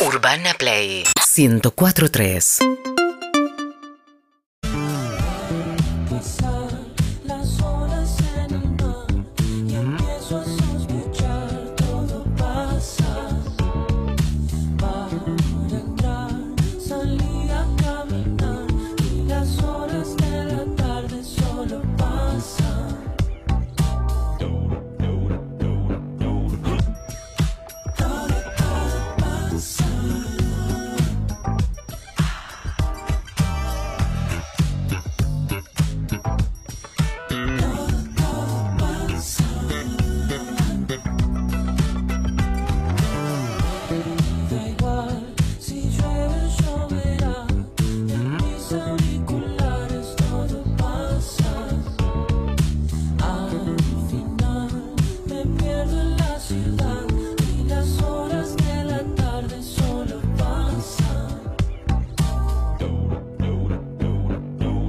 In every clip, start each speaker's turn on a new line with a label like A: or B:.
A: Urbana Play 1043.
B: Pasar las horas en el mar y empiezo a sospechar todo pasa para entrar, salir a caminar y las horas de la tarde solo pasan. Todo, todo pasa. Da igual si llueve o lloverá, en mis auriculares todo pasa. Al final me pierdo en la ciudad y las horas de la tarde solo pasan. Todo, todo pasa.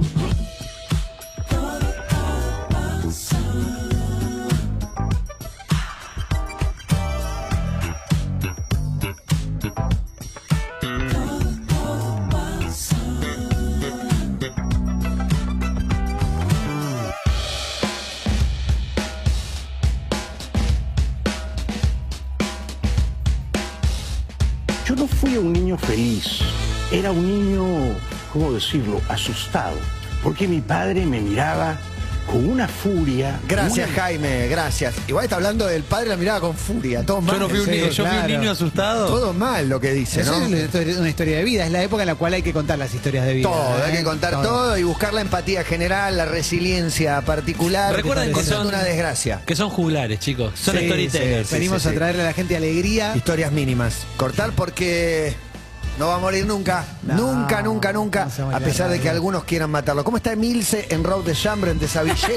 C: Yo no fui un niño feliz, era un niño, ¿cómo decirlo?, asustado, porque mi padre me miraba con una furia.
D: Gracias,
C: una-
D: Jaime, gracias. Igual está hablando del padre, la miraba con furia. Todo mal.
E: Yo no fui un
D: Sí,
E: niño, yo fui un
D: claro.
E: niño asustado.
D: Todo mal lo que dice,
F: Esa
D: ¿no?
F: es una historia, una historia de vida, es la época en la cual hay que contar las historias de vida.
D: Todo,
F: ¿eh?
D: hay que contar todo. y buscar la empatía general, la resiliencia particular.
E: Recuerden que
D: contando
E: son-
D: una desgracia.
E: Que son juglares, chicos. Son
D: Sí,
E: storytellers.
D: sí,
F: Venimos a traerle a la gente alegría.
D: Historias mínimas. Cortar porque no va a morir nunca.
F: No,
D: nunca, nunca, nunca.
F: no se va a
D: a
F: morir
D: pesar de
F: nadie.
D: que algunos quieran matarlo. ¿Cómo está Emilce en Road de Chambre en Desavillé?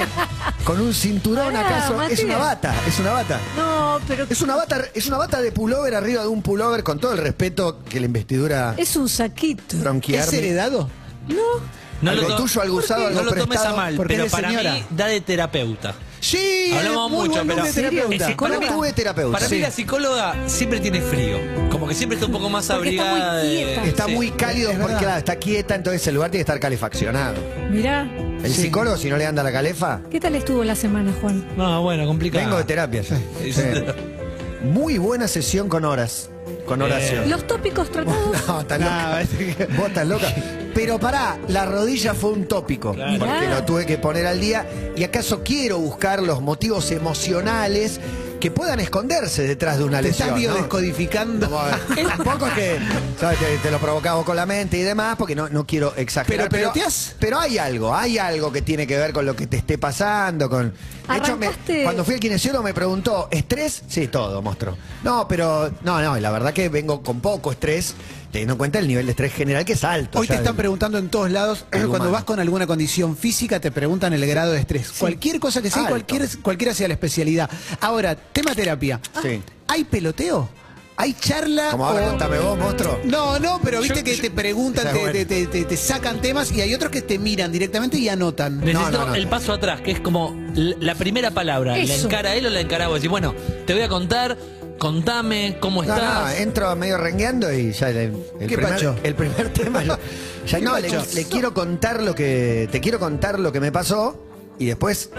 D: Con un cinturón
G: Pará,
D: acaso.
G: Matías.
D: Es una bata, es una bata.
G: No, pero
D: Es una bata, es una bata de pullover arriba de un pullover con todo el respeto que la investidura
G: es un saquito.
D: bronquiarme.
F: ¿Es heredado?
G: No,
D: algo
E: to-
D: tuyo, algo
E: ¿Por qué?
D: usado, algo
E: No lo tomes
D: prestado,
E: a mal,
F: porque
E: pero
F: eres
E: para
F: señora.
E: mí da de terapeuta.
D: Sí,
E: Hablamos
D: muy
E: mucho,
D: buen
E: pero-
D: nombre de terapeuta.
G: ¿En serio?
D: Para mí
G: ¿Psicóloga?
D: tuve terapeuta.
E: Para mí
D: Sí.
E: la psicóloga siempre tiene frío. Como que siempre está un poco más
G: Porque está muy
E: abrigada. de-
G: quieta.
D: Está
E: sí.
D: muy cálido
F: es
D: porque
F: verdad.
D: claro, está quieta, entonces el lugar tiene que estar calefaccionado.
G: mirá.
D: El psicólogo, si no le anda la calefa,
G: ¿Qué tal estuvo la semana, Juan?
E: No, bueno, complicado.
D: vengo de terapia. sí.
E: Sí.
D: Sí. Muy buena sesión con horas. Con oración.
G: Los tópicos tratados.
D: No, estás loca. Vos estás loca. Pero pará, la rodilla fue un tópico,
E: Claro.
D: porque
G: Mirá.
D: lo tuve que poner al día. ¿Y acaso quiero buscar los motivos emocionales que puedan esconderse detrás de una
F: Te
D: lesión?
F: estás
D: ¿no?
F: biodescodificando.
D: Como, eh, un poco es que ¿sabes? Te, te lo provocamos con la mente y demás, porque no, no quiero exagerar.
F: Pero- pero te has-
D: pero hay algo, hay algo que tiene que ver con lo que te esté pasando. Con... De hecho, me-
G: Arrancaste-
D: cuando fui al kinesiólogo me preguntó, ¿estrés? Sí, todo, monstruo. No, pero no, no, la verdad que vengo con poco estrés, teniendo en cuenta el nivel de estrés general que es alto.
F: Hoy te
D: ya
F: están
D: del-
F: preguntando en todos lados,
D: el
F: cuando
D: humano.
F: vas con alguna condición física, te preguntan el grado de estrés. Cualquier cosa que sea,
D: Alto.
F: cualquier, cualquiera sea la especialidad. Ahora, tema terapia.
D: Ah. Sí.
F: ¿Hay peloteo? ¿Hay charla?
D: Como ahora
F: o-
D: contame vos, monstruo.
F: Oh. No, no, pero viste
E: Yo-
F: que
E: yo-
F: te
D: Esa
F: preguntan,
D: es
F: te,
D: buena.
F: te- te- te- te sacan temas y hay otros que te miran directamente y anotan.
E: Necesito
D: No, no, no.
E: el paso atrás, que es como l- la primera palabra.
G: Eso.
E: ¿La encara él o la encara vos? Y bueno, te voy a contar, contame cómo
D: No,
E: estás.
D: no, entro medio rengueando y ya el, el
F: ¿Qué pacho?
D: primer, el primer tema. yo- ya
F: ¿Qué
D: no, le,
F: pacho?
D: le quiero contar lo que. Te quiero contar lo que me pasó y después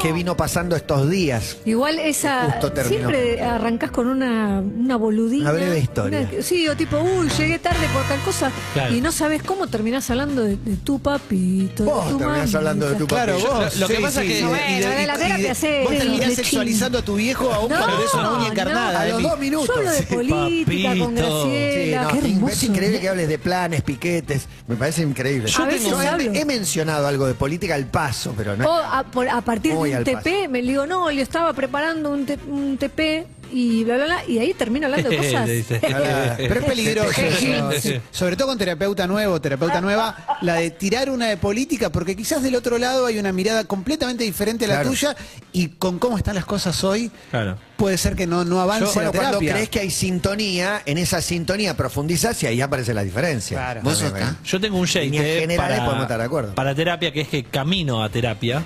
D: qué vino pasando estos días.
G: Igual esa.
D: Justo terminó.
G: Siempre arrancás con una, una boludina.
D: Una breve historia.
G: una- sí, o tipo, uy, llegué tarde por tal cosa.
E: Claro.
G: Y no sabes cómo terminás hablando de, de tu papito. de
D: Vos
G: tu
D: terminás
G: mamita.
D: hablando de tu papá.
F: Claro, vos.
E: Lo- lo que pasa es que-
F: y de-
G: Bueno,
F: y de-
G: de la
F: y-
G: terapia
F: y de-
G: hace-
F: Vos
G: de-
F: terminás
G: de chin.
F: sexualizando a tu viejo aún
G: No,
F: cuando es una uña
G: no.
F: encarnada.
D: A los
F: Emi.
D: dos minutos.
G: Yo hablo de
D: Sí.
G: política con
E: papito.
D: Sí,
G: Graciela.
D: no,
G: Qué
D: y
G: hermoso.
D: es increíble que hables de planes, piquetes. Me parece increíble.
G: Yo A veces tengo- hablo.
D: he, he mencionado algo de política al paso, pero no.
G: O a, por- a partir
D: Muy
G: de un
D: al
G: TP, me le digo, no, yo estaba preparando un, te- un TP y bla, bla, bla, y ahí termino hablando de cosas.
E: Le dice.
D: Ah,
F: Pero es peligroso. eso.
E: Sí.
F: Sobre todo con terapeuta nuevo, terapeuta nueva, la de tirar una de política, porque quizás del otro lado hay una mirada completamente diferente a la
D: Claro.
F: tuya y con cómo están las cosas hoy,
E: Claro.
F: puede ser que no, no avance
D: Yo, bueno,
F: la
D: cuando
F: terapia.
D: crees que hay sintonía, en esa sintonía profundizás y ahí aparece la diferencia.
F: Claro.
D: Vos
F: También,
D: sos-
F: ¿eh?
E: Yo tengo un shake
D: Líneas
E: eh,
D: generales podemos estar de acuerdo.
E: para terapia, que es que camino a terapia.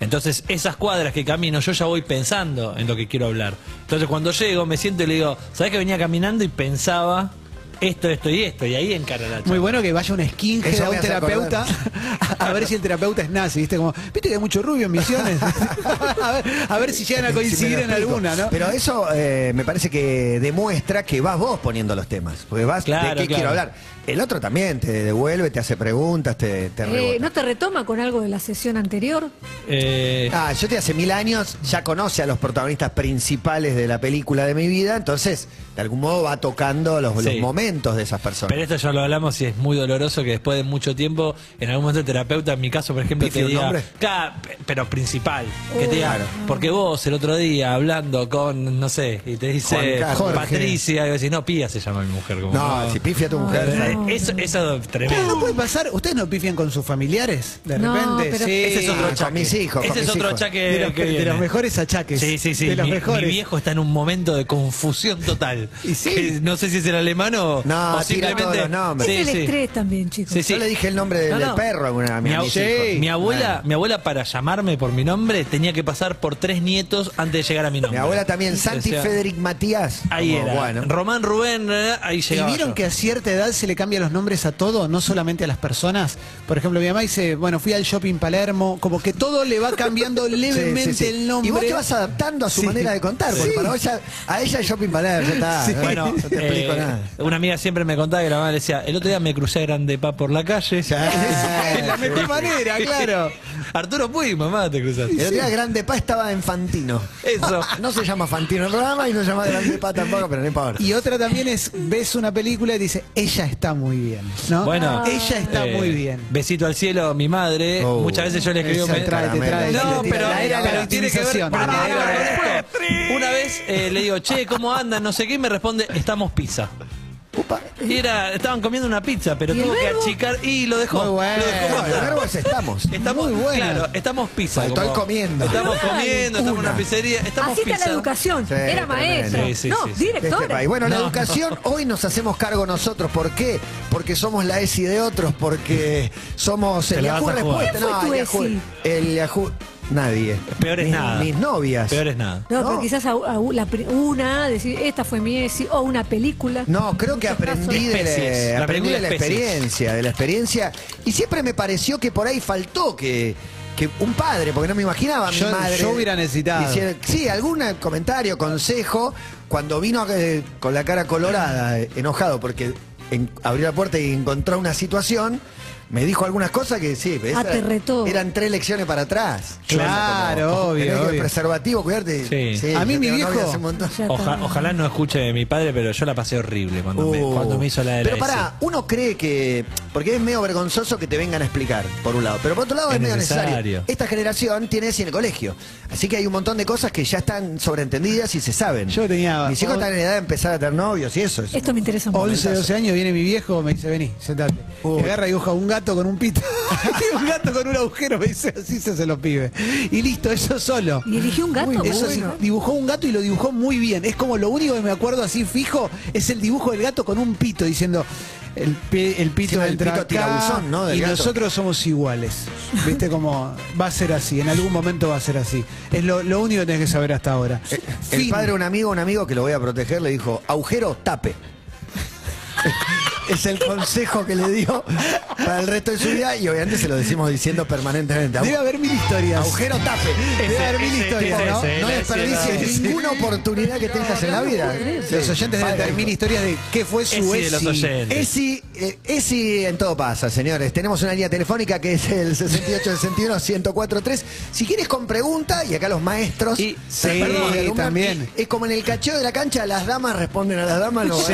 E: Entonces, esas cuadras que camino, yo ya voy pensando en lo que quiero hablar. Entonces, cuando llego, me siento y le digo, ¿sabés que venía caminando y pensaba esto, esto y esto, y ahí encara la charla.
F: Muy bueno que vaya un skinhead
D: Eso
F: a
D: me
F: un
D: hace
F: terapeuta a ver si el terapeuta es nazi, ¿viste? Como, viste que hay mucho rubio en misiones. a, ver, a ver si llegan a coincidir
D: Si me
F: en
D: lo explico.
F: alguna, ¿no?
D: Pero eso eh, me parece que demuestra que vas vos poniendo los temas. Porque vas de
E: Claro,
D: qué
E: claro.
D: quiero hablar. El otro también te devuelve, te hace preguntas, te, te rebota.
G: Eh, ¿No te retoma con algo de la sesión anterior?
E: Eh,
D: Ah, yo te hace mil años ya conoce a los protagonistas principales de la película de mi vida, entonces de algún modo va tocando los, los
E: Sí.
D: momentos de esas personas.
E: pero esto ya lo hablamos y es muy doloroso que después de mucho tiempo, en algún momento el terapeuta, en mi caso, por ejemplo,
D: ¿Pifie
E: te
D: un
E: diga,
D: nombre? Uh,
E: "Claro, pe- pero principal, que te diga,
D: Claro.
E: porque vos el otro día hablando con, no sé, y te dice
D: Juan Carlos.
E: Patricia, y vos decís, no, Pía se llama mi mujer. Como,
D: no, pues, si pifia tu mujer.
E: Eh, Eso, eso es
F: Pero no
E: tremendo.
F: puede pasar. ¿Ustedes no pifian con sus familiares? De
G: No,
F: repente.
G: pero-
F: Sí.
D: Ese es otro achaque. Con mis hijos. con
E: Ese es
D: mis
E: otro
D: hijos.
E: achaque
F: de los,
E: que
F: de los
E: viene.
F: mejores achaques.
E: Sí, sí, sí.
F: De los
E: mi,
F: mejores.
E: mi viejo está en un momento de confusión total.
F: Y sí.
E: Que no sé si es el alemán o,
D: No,
E: o
D: tira
E: simplemente.
D: todos los nombres.
E: Sí,
G: es el
E: sí.
G: estrés también, chicos.
E: Sí, sí.
D: Yo le dije el nombre del,
E: No,
D: del
E: no.
D: perro alguna vez
E: Mi,
D: a
E: ab-
D: mis
E: Sí.
D: hijos.
E: mi abuela, mi abuela para llamarme por mi nombre tenía que pasar por tres nietos antes de llegar a mi
D: Mi
E: nombre.
D: abuela también, Santi
E: O sea,
D: Federic Matías.
E: Ahí
D: Como,
E: era.
D: Bueno.
E: Román Rubén, eh, ahí
F: ¿Y
E: llegaba.
F: vieron
E: yo.
F: que a cierta edad se le cambian los nombres a todo, no solamente a las personas? Por ejemplo, mi mamá dice, bueno, fui al shopping Palermo, como que todo le va cambiando
D: Sí, sí,
F: levemente
D: sí.
F: el nombre.
D: Y vos te vas adaptando a su manera de contar, porque para ella, a ella el shopping para ya está. no-
E: Bueno,
D: no te explico
E: eh,
D: nada.
E: una amiga siempre me contaba que la mamá le decía, el otro día me crucé a Grande Pa por la calle.
F: Es la mejor manera, claro.
E: Arturo Puy, mamá, te
D: El
E: cruzaste.
D: otro día Grande Pa estaba en Fantino.
E: Eso.
D: No se llama Fantino el programa y no se llama Grande Pa tampoco, pero no importa.
F: Y otra también es, ves una película y dice, ella está muy bien, ¿no?
E: Bueno,
F: Ella está
E: eh,
F: muy bien.
E: Besito al cielo, mi madre.
D: Oh.
E: Muchas veces yo le escribo.
F: Esa
E: me-
F: trae, te trae,
E: no,
F: te tira,
E: pero,
F: la era de
E: pero
F: la
E: tiene que ver.
F: optimización.
E: pero tiene que ver
F: Pará.
E: con esto. Una vez eh, le digo, che, ¿cómo andan? No sé qué, y me responde, estamos pizza. Y era, estaban comiendo una pizza, pero
G: ¿Y el
E: tuvo que
G: verbo?
E: achicar y lo dejó.
F: Muy bueno.
E: Lo dejó
D: No,
E: pasar.
D: el verbo es estamos.
E: Estamos,
F: Muy bueno.
E: claro, estamos pizza.
D: Faltó el comiendo.
E: Estamos
G: Claro.
E: comiendo, estamos en
D: Una.
E: una pizzería, estamos
G: Así está
E: pizza.
G: la educación.
D: Sí,
G: Era
D: tremendo.
G: maestra.
E: Sí, sí,
G: no,
E: sí, sí.
D: de este
G: directora.
D: país. Bueno, la
E: No.
D: educación hoy nos hacemos cargo nosotros. ¿Por qué? Porque somos la ESI de otros, porque somos
E: Te
D: el
E: la
D: Yahoo
E: vas a jugar.
G: ¿Quién
D: Respuesta.
G: fue tu
D: el Yahoo-
G: ESI?
D: El Yahoo. Nadie.
E: Peor es
D: Mis-
E: nada.
D: Mis novias.
E: Peor es nada.
G: No,
D: No.
G: pero quizás a- a la pri- una, decir, esta fue mi ESI, o una película.
D: No, creo que
G: Muchos
D: aprendí
G: casos.
E: Especies,
D: de,
E: la
D: aprendí de
E: película
D: la
E: Especies.
D: experiencia, de la experiencia. Y siempre me pareció que por ahí faltó que, que un padre, porque no me imaginaba a mi
F: Yo-
D: madre.
F: yo hubiera necesitado.
D: diciendo- sí, algún comentario, consejo, cuando vino eh, con la cara colorada, eh, enojado, porque en- abrió la puerta y encontró una situación. Me dijo algunas cosas que sí, esa-
G: Ah, te retó.
D: eran tres lecciones para atrás.
F: Claro,
D: Como,
F: obvio,
D: tenés que
F: obvio.
D: preservativo, cuidarte.
E: Sí.
F: A mí
D: yo
F: mi
D: tengo
F: viejo-
D: novia hace un montón.
G: Ya está.
E: Oja- ojalá no escuche mi padre, pero yo la pasé horrible cuando, me,
D: Uh.
E: cuando me hizo la de la
D: Pero pará, uno cree que. Porque es medio vergonzoso que te vengan a explicar, por un lado. Pero por otro lado es,
E: Es
D: medio necesario.
E: necesario.
D: Esta generación tiene eso en el colegio. Así que hay un montón de cosas que ya están sobreentendidas y se saben.
F: Yo tenía-
D: Mis hijos están en edad de empezar a tener novios y eso. es-
G: Esto me interesa mucho.
F: 11, 12 años, viene mi viejo, me dice, vení, sentate.
D: Uy.
F: Y agarra y dibuja un gato con un pito. y un gato con un agujero, me dice, así se hacen los pibes. Y listo, eso solo.
G: Y eligió un gato.
F: Muy Eso
G: bueno.
F: sí, dibujó un gato y lo dibujó muy bien. Es como lo único que me acuerdo así fijo, es el dibujo del gato con un pito, diciendo, el, pe- el
D: Sí,
F: pito
D: el
F: entra
D: pito
F: acá
D: tirabuzón, ¿no? del
F: y
D: gato.
F: nosotros somos iguales. Viste como, va a ser así, en algún momento va a ser así. Es lo, lo único que tenés que saber hasta ahora.
D: El
F: Fin.
D: padre de un amigo, un amigo que lo voy a proteger, le dijo: agujero, tape. es el consejo que le dio para el resto de su vida y obviamente se lo decimos diciendo permanentemente.
F: Debe haber mil historias.
D: Agujero tape.
F: Debe haber mil historias, ¿no?
D: No desperdicies ninguna oportunidad que tengas en la vida.
F: Los oyentes deben tener mil historias de qué fue su
E: Esi de los
F: ESI.
E: oyentes.
D: Esi, eh, Esi en todo pasa, señores. Tenemos una línea telefónica que es el 6861-1043. Si quieres con pregunta, y acá los maestros.
E: Y-
D: se
F: sí, también.
D: Es como en el cacheo de la cancha, las damas responden a las damas. los-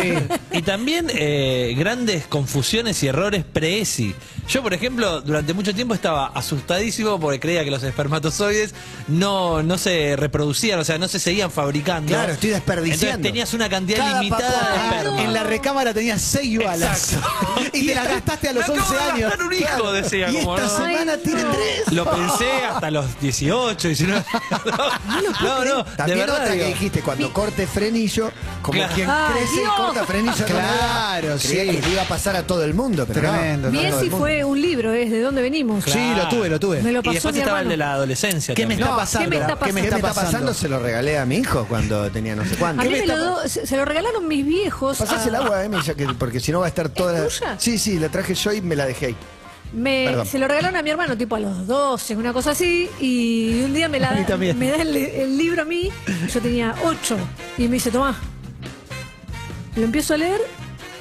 E: Y también eh, grandes confusiones y errores pre-ESI. Yo, por ejemplo, durante mucho tiempo estaba asustadísimo porque creía que los espermatozoides no, no se reproducían, o sea, no se seguían fabricando.
D: Claro, estoy desperdiciando.
E: Entonces tenías una cantidad
D: Cada
E: limitada de
D: papá-
E: esperma.
F: En la recámara tenías seis balas. Y te las gastaste a los
E: Me acabo
F: 11
E: de
F: años.
E: gastar un hijo, decía,
F: Y
E: como,
F: esta
E: ¿no?
F: semana tiene tres.
E: Lo pensé hasta los 18, 19. No, no, de
D: También
E: verdad.
D: otra que
E: digo.
D: dijiste, cuando corte frenillo, como
E: Claro.
D: quien
G: Ay,
D: crece y
G: Ah, Dios.
D: corta frenillo.
F: Claro,
D: Creía
F: sí, Sí.
D: que le iba a pasar a todo el mundo. Pero no.
F: Tremendo,
D: No, todo
G: Biesi
D: el mundo.
G: fue un libro, es de dónde venimos.
F: Sí, lo tuve, lo tuve.
G: Me lo
E: y
G: pasó
E: después
G: mi
E: estaba el
G: hermano.
E: de la adolescencia.
F: ¿Qué me
E: también.
F: está
D: No,
F: pasando?
G: ¿qué me está
D: ¿Qué me está pasando? Se lo regalé a mi hijo cuando tenía no sé cuánto.
G: A mí
F: ¿Qué me
G: me
F: está
G: lo do- se se lo regalaron mis viejos. Ah,
D: Pasás
G: a-
D: el agua, Emi, ya que- porque si no va a estar toda la...
G: tuya?
D: Sí, sí, la traje yo y me la dejé ahí.
G: me-
D: Perdón.
G: se lo regalaron a mi hermano, tipo a los 12, una cosa así. Y un día me, la,
E: A mí también.
G: me da el, el libro a mí. Yo tenía 8. Y me dice, tomá. Lo empiezo a leer.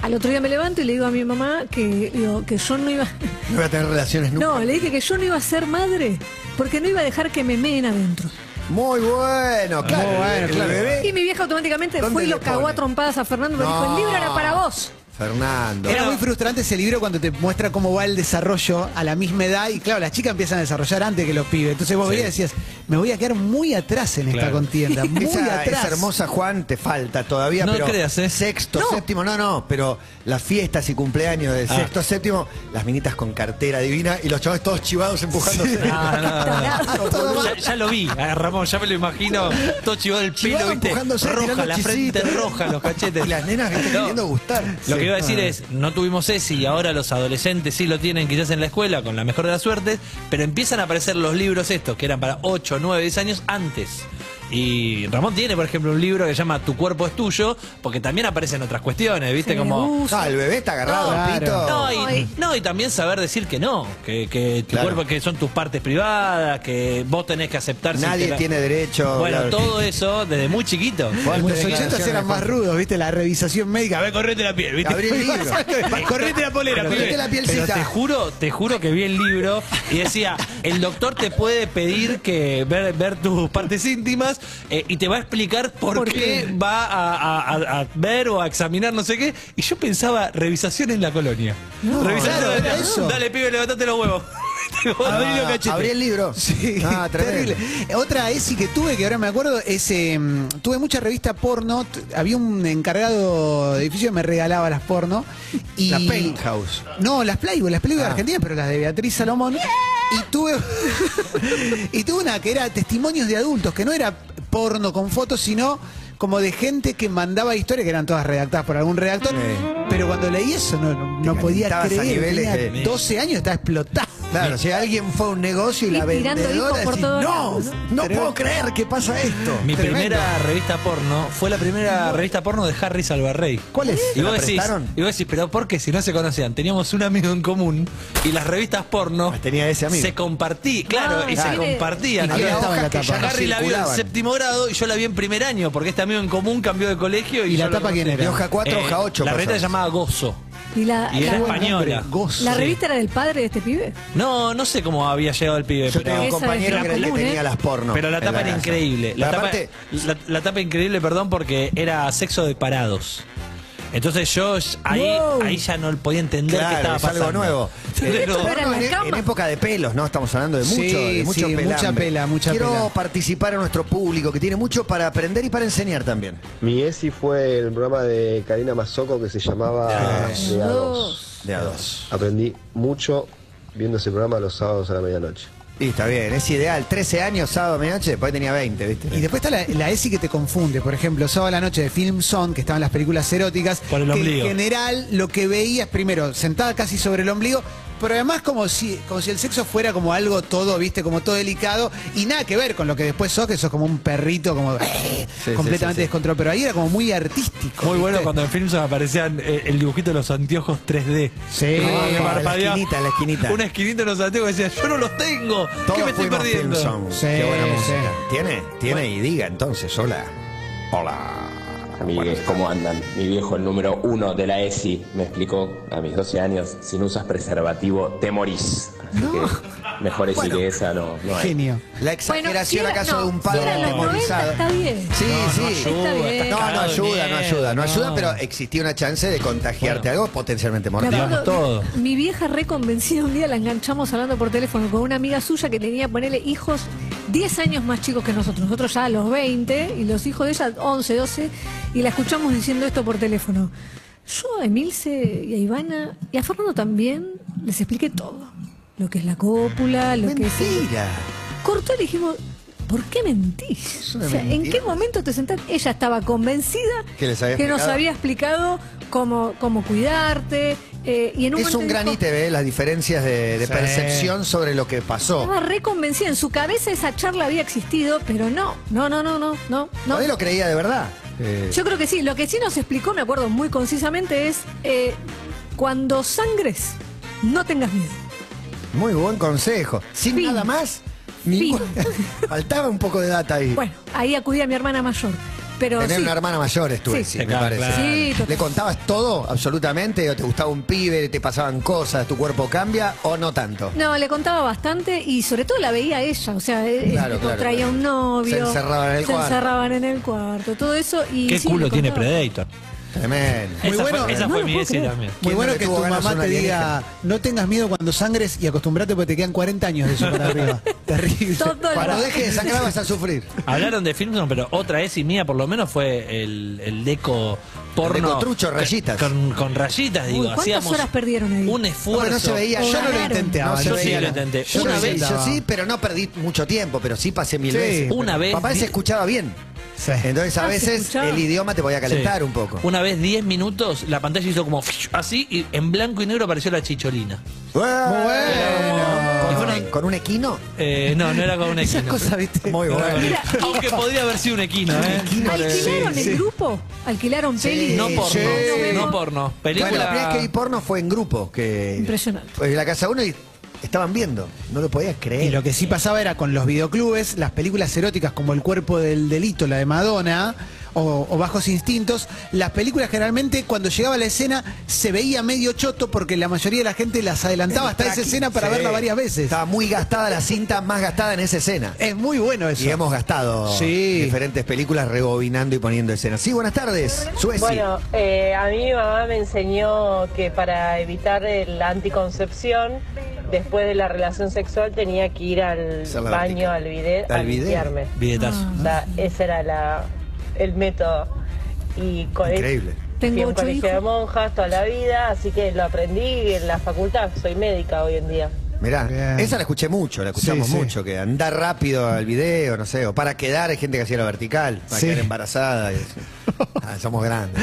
G: Al otro día me levanto y le digo a mi mamá que, digo, que yo no iba.
D: No voy a tener relaciones nunca.
G: No, le dije que yo no iba a ser madre porque no iba a dejar que me meen adentro.
D: Muy Ah, bueno, claro.
F: Muy bueno,
D: el
F: claro.
D: bebé.
G: Y mi vieja automáticamente
D: ¿Dónde
G: fue y
D: le
G: lo cagó
D: pone?
G: a trompadas a Fernando. Me dijo, el
D: No.
G: libro era para vos.
D: Fernando.
F: Era muy frustrante ese libro cuando te muestra cómo va el desarrollo a la misma edad y claro, las chicas empiezan a desarrollar antes que los pibes. Entonces vos
E: Sí.
F: veías y decías, me voy a quedar muy atrás en esta
E: Claro.
F: contienda, muy
D: Esa,
F: atrás.
D: esa hermosa Juan te falta todavía,
E: No
D: pero
E: creas, ¿eh?
D: sexto, séptimo, no, no, pero las fiestas y cumpleaños de
E: Ah.
D: sexto, séptimo, las minitas con cartera divina y los chavales todos chivados empujándose.
E: No, no, no, no.
D: Tarado, todo mal.
E: Ya, ya lo vi, a Ramón, ya me lo imagino. Todo chivado el pelo,
D: Chivado
E: viste.
D: empujándose,
E: Roja,
D: tirando
E: la
D: chisitos.
E: frente roja, los cachetes.
D: Y las nenas que
E: No.
D: queriendo gustar.
E: Lo
D: Sí. Ah.
E: que iba a decir es, no tuvimos ese y ahora los adolescentes sí lo tienen quizás en la escuela con la mejor de las suertes, pero empiezan a aparecer los libros estos, que eran para 8, 9, 10 años antes. Y Ramón tiene, por ejemplo, un libro que se llama Tu cuerpo es tuyo, porque también aparecen otras cuestiones, ¿viste?
G: Me
E: Como...
G: gusta.
D: Ah, el bebé está agarrado
F: No,
D: al pito.
E: No y,
G: Ay.
E: no, y también saber decir que no, que, que tu
D: Claro.
E: cuerpo, que son tus partes privadas, que vos tenés que aceptar si
D: Nadie
E: te la-
D: tiene derecho.
E: Bueno,
D: claro.
E: todo eso desde muy chiquito.
D: Fuerte
F: En los
D: declaraciones,
F: 80 eran más
D: Juan.
F: rudos, viste, la revisación médica. A ver, correte la piel, viste.
D: Abrí el libro.
E: Eh,
F: correte la polera,
E: Pero
F: pibe.
D: Correte la pielcita.
E: pero te juro, te juro que vi el libro y decía, el doctor te puede pedir que ver, ver tus partes íntimas eh, y te va a explicar por,
G: ¿Por
E: qué,
G: qué?
E: va a, a- a- a ver o a examinar no sé qué. Y yo pensaba, revisación en la colonia. revisación
F: claro,
E: en la-
F: era eso.
E: Dale, pibe, levantate los huevos. Ah, Abrí los cachetes.
D: Ah, Abrí el libro.
F: Sí,
D: Ah, terrible.
F: terrible. Otra ESI que tuve, que ahora me acuerdo, es. eh, tuve mucha revista porno. t- Había un encargado de edificio que me regalaba las porno. Y,
D: La Penthouse.
F: No, las Playboy, las Playboy
D: Ah.
F: argentinas, pero las de Beatriz Salomón. Y tuve. y tuve una que era testimonios de adultos, que no era porno con fotos, sino. Como de gente que mandaba historias que eran todas redactadas por algún redactor. Pero cuando leí eso no, no- no
D: Te
F: podía
D: calentabas a
F: creer.
D: niveles
F: tenía
D: de-
F: 12 años estaba explotado.
D: Claro, si alguien fue a un negocio y,
G: Y
D: la
G: tirando
D: vendedora
G: hijos por
D: decís,
G: todos
D: no,
G: lados,
D: no
F: Tremendo.
D: puedo creer que pasa esto.
E: Mi
D: Tremendo.
E: primera revista porno fue la primera revista porno de Harry Salvarrey.
D: ¿Cuál es?
E: Y
D: ¿La
E: vos, decís,
D: prestaron?
E: y vos decís, pero ¿por qué si no se conocían? Teníamos un amigo en común y las revistas porno
D: Ah, tenía ese amigo.
E: se compartían, claro,
G: Ah,
E: y se
G: claro.
E: compartían.
F: Y
E: Había-
D: Había
F: estaba en la
D: hojas que
F: tapa.
D: ya no
E: Harry la vio en
D: circulaban.
E: séptimo grado y yo la vi en primer año porque este amigo en común cambió de colegio. ¿Y,
F: ¿Y la
E: yo lo
F: tapa quién
E: conocí.
F: era?
D: De hoja 4,
E: Eh,
D: hoja 8.
E: La revista se llamaba Gozo.
G: Y la,
E: Y
G: la-
E: era española.
F: Gozo.
G: la
E: Sí.
G: revista era del padre de este pibe.
E: No, no sé cómo había llegado el pibe.
D: Yo
E: pero-
D: tenía un
G: Esa
D: compañero
G: es
D: que era el que
G: común,
D: tenía
G: ¿eh?
D: las porno.
E: Pero la
D: en
E: tapa era
D: casa.
E: increíble. La,
D: Pero
E: tapa,
D: aparte,
E: la, la tapa increíble, perdón, porque era sexo de parados. Entonces yo ahí,
G: Wow.
E: ahí ya no podía entender qué
D: claro,
E: estaba
D: es algo
E: pasando.
D: nuevo.
E: Pero-
G: Esto era en la
D: en, e-
G: cama.
D: en época de pelos, ¿no? Estamos hablando de mucho,
F: Sí,
D: de mucho
F: sí,
D: pelambre.
F: mucha pela, mucha
D: Quiero
F: pela.
D: participar a nuestro público que tiene mucho para aprender y para enseñar también.
H: Mi ESI fue el programa de Karina Mazoco que se llamaba De A dos.
D: De a dos.
H: Aprendí mucho viendo ese programa los sábados a la medianoche.
D: Y está bien, es ideal. 13 años, sábado, a medianoche, después tenía 20, ¿viste?
F: Y después está la, la ESI que te confunde, por ejemplo, sábado a la noche de Film Zone, que estaban las películas eróticas,
E: Por el
F: que
E: ombligo.
F: en general lo que veías primero, sentada casi sobre el ombligo, pero además como si, como si el sexo fuera como algo todo, viste, como todo delicado, y nada que ver con lo que después sos, que sos como un perrito como eh,
D: sí,
F: completamente
D: sí, sí.
F: descontrolado. Pero ahí era como muy artístico.
E: Muy bueno
F: ¿viste?
E: cuando en Filmson aparecían eh, el dibujito de los anteojos 3D.
F: Sí.
E: Que
F: Ah, la
E: parpadeaba.
D: Eh, esquinita, la esquinita.
E: Una esquinita de los anteojos que decía, yo no los tengo.
D: Todos
E: ¿Qué me estoy
D: fuimos
E: perdiendo?
D: Film Zone.
F: Sí,
D: Qué buena música.
F: sí.
D: ¿Tiene? Tiene y diga entonces, hola. Hola.
I: Amigues, ¿cómo andan? Mi viejo, el número uno de la ESI, me explicó a mis 12 años, si no usas preservativo, te morís. Así que mejor ESI que esa no, no hay.
F: Genio.
D: La
G: Bueno, si
D: exageración
G: era-
D: acaso
G: no,
D: de un padre
G: si eran los 90
D: memorizado.
G: está bien.
D: Sí, sí.
G: Está bien.
D: No, no
E: cagado de
D: ayuda,
E: miedo,
D: no ayuda, no
E: no.
D: ayuda, pero existía una chance de contagiarte algo potencialmente
G: Me
D: mortal.
G: acuerdo,
E: Digamos todo.
G: Mi vieja reconvencida un día la enganchamos hablando por teléfono con una amiga suya que tenía, ponele, hijos 10 años más chicos que nosotros. Nosotros ya a los 20 y los hijos de ella 11, 12. Y la escuchamos diciendo esto por teléfono. Yo a Emilce y a Ivana y a Fernando también les expliqué todo. Lo que es la cópula, lo que es...
D: Mentira.
G: Cortó y le dijimos, ¿Por qué mentís?
D: una
G: O sea, ¿En
D: mentira.
G: qué momento te sentás? Ella estaba convencida
D: Que les había
G: nos
D: explicado.
G: había explicado cómo, cómo cuidarte. eh, y en un
D: Es
G: momento
D: un gran
G: dijo,
D: ítem, ¿eh? las diferencias de, de
F: Sí.
D: percepción sobre lo que pasó.
G: Estaba reconvencida. En su cabeza esa charla había existido, pero no, no, no, no, no, no. no.
D: No. lo creía de verdad. Eh,
G: Yo creo que sí. Lo que sí nos explicó, me acuerdo muy concisamente, es eh, cuando sangres, no tengas miedo.
D: muy buen consejo. Sin
G: Fin.
D: nada más, ningún- faltaba un poco de data ahí.
G: Bueno, ahí acudí a mi hermana mayor. Pero
D: Tener
G: sí.
D: una hermana mayor estuve,
G: Sí.
D: sí, me
E: Claro,
D: parece.
E: claro.
G: Sí, total.
D: ¿Le contabas todo absolutamente? ¿O te gustaba un pibe? ¿Te pasaban cosas? ¿Tu cuerpo cambia? ¿O no tanto?
G: No, le contaba bastante y sobre todo la veía a ella, o sea, él
D: Claro, claro,
G: traía
D: claro.
G: un novio.
D: Se encerraban en el
G: se
D: cuarto.
G: encerraban en el cuarto, todo eso y
E: ¿Qué
G: sí,
E: culo
G: le
E: tiene
G: contaba.
E: Predator?
D: Tremendo.
F: Muy
E: esa
F: bueno.
E: fue, esa
G: No
E: fue
G: lo
E: mi
G: puedo
E: ESI
G: creer.
E: también.
F: Muy
D: ¿Quién
F: bueno
D: no le
F: que
D: tuvo
F: tu
D: ganas a
F: mamá
D: un
F: te diga,
D: alienígena?
F: no tengas miedo cuando sangres y acostumbrate porque te quedan 40 años de eso para arriba. Terrible.
G: Todo el
D: Cuando dejes de sangrar vas a sufrir.
E: Hablaron de Filmson, pero otra ESI mía por lo menos fue el, el deco porno.
D: deco trucho,
E: con-
D: rayitas.
E: Con, con rayitas,
G: Uy,
E: digo.
G: ¿cuántas
E: hacíamos
G: horas perdieron ahí?
E: Un
D: No,
E: esfuerzo.
D: pero no se veía.
G: Yo no lo
D: intenté.
G: intenté,
D: No,
F: Aban,
D: se
F: yo
E: sí
D: veía
E: lo
D: nada.
E: intenté.
D: Yo,
E: Una
D: no sé,
E: vez-
D: yo sí, pero no perdí mucho tiempo, pero sí pasé mil
F: Sí.
D: veces.
E: Una
D: Pero
E: vez
D: Papá se
E: vi-
D: escuchaba bien.
F: Sí.
D: Entonces a
G: Ah, se
D: veces
G: escuchaba.
D: el idioma te podía calentar
E: Sí.
D: un poco.
E: Una vez 10 minutos, la pantalla hizo como así y en blanco y negro apareció la chicholina.
D: Bueno.
E: Y
D: ¿Con,
E: fueron-
D: con un equino?
E: Eh, no, no era con un
F: Esas
E: equino.
F: cosas, viste.
D: Muy bueno.
G: Mira,
D: eh,
E: Aunque podría haber sido un equino, ¿eh?
G: ¿Alquilaron el grupo? ¿Alquilaron
D: Sí.
G: peli?
E: No
D: Sí,
E: porno,
D: sí.
E: no porno. Película.
D: Bueno, la primera vez que vi porno fue en grupo. Que,
G: Impresionante.
D: Pues, en la casa uno y estaban viendo. No lo podías creer.
F: Y lo que sí pasaba era con los videoclubes, las películas eróticas como El cuerpo del delito, la de Madonna, o, o Bajos Instintos, las películas generalmente cuando llegaba la escena se veía medio choto porque la mayoría de la gente las adelantaba hasta esa escena para
D: Sí.
F: verla varias veces.
D: Estaba muy gastada la cinta, más gastada en esa escena.
F: Es muy bueno eso.
D: Y hemos gastado
F: Sí.
D: diferentes películas rebobinando y poniendo escenas. Sí, buenas tardes. Suecia.
J: Bueno, eh, a mí mi mamá me enseñó que para evitar el- la anticoncepción, después de la relación sexual tenía que ir al
D: Hacer la
J: baño,
D: vertical.
J: al bidet,
D: Al
J: a
D: bidet.
J: limpiarme.
E: Billetazo.
G: Ah,
J: O sea, ese era la, el método. Y con
D: Increíble.
J: Fui a
G: Tengo
J: un
G: ocho
J: colegio de
G: hijos.
J: monjas toda la vida, así que lo aprendí en la facultad. Soy médica hoy en día.
D: Mirá,
F: Bien.
D: esa la escuché mucho, la escuchamos
F: Sí, sí.
D: mucho, que andar rápido al video, no sé, o para quedar, hay gente que hacía la vertical, para
F: Sí.
D: quedar embarazada. y eso. Ah, somos grandes.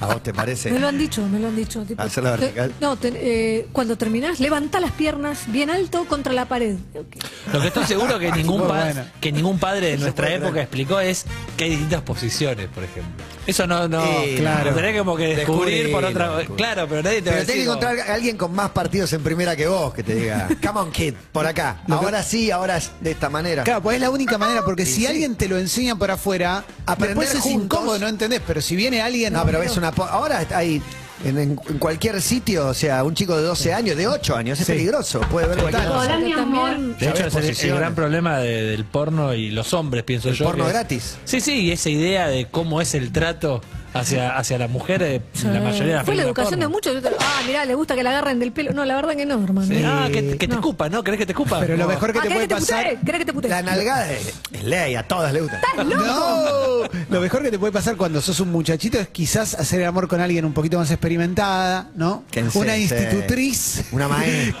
D: ¿A vos te parece?
G: Me lo han dicho, me lo han dicho. tipo,
D: ¿Hacer la
G: te-
D: vertical?
G: no, te- eh, cuando terminás, levanta las piernas bien alto contra la pared.
E: Lo que estoy seguro que ningún,
F: Muy
E: pa-
F: bueno.
E: que ningún padre de
D: No se
E: nuestra
D: puede
E: época
D: creer.
E: explicó es que hay distintas posiciones, por ejemplo. Eso no, no,
D: Eh, claro.
E: lo tenés como que descubrir por
D: Descubrí,
E: otra.
D: lo descubrí.
E: Claro, pero nadie te va a decir.
D: Pero tenés que
E: como-
D: encontrar a alguien con más partidos en primera que vos que te diga, come on kid, por acá. Ahora sí, ahora de esta manera.
F: Claro, pues es la única manera, porque si
D: sí.
F: alguien te lo enseña por afuera,
D: Aprender
F: después es
D: juntos.
F: incómodo, no entendés, pero si viene alguien...
D: No, pero ves una. po- Ahora hay. En, en- en cualquier sitio, o sea, un chico de 12 años, de 8 años, es peligroso. Puede ver cualquier
F: Total.
D: cosa.
G: Hola, mi amor.
E: De
D: Sabés
E: hecho, es el- el,
D: posiciones.
E: gran problema de- del porno y los hombres, pienso
D: El
E: yo.
D: porno
E: que es-
D: gratis.
E: Sí, sí, y esa idea de cómo es el trato hacia, hacia la mujer, eh, la mayoría de las
G: Fue la
E: películas
G: educación de
E: porno.
G: muchos. yo te- Ah, mirá, le gusta que la agarren del pelo. No, la verdad que no, hermano.
E: Ah, que, que te
G: No.
E: escupa, ¿no? ¿Querés que te escupa?
F: Pero lo
E: No.
F: mejor que
G: Ah,
F: te
G: ¿querés
F: puede
G: que te
F: pasar...
G: putee? ¿Querés que te putee?
D: La nalgada es, es ley, a todas le gusta.
F: No, lo mejor que te puede pasar cuando sos un muchachito es quizás hacer el amor con alguien un poquito más experimentada, ¿no?
D: Que
F: una
D: enseñe.
F: institutriz.
D: Una maestra.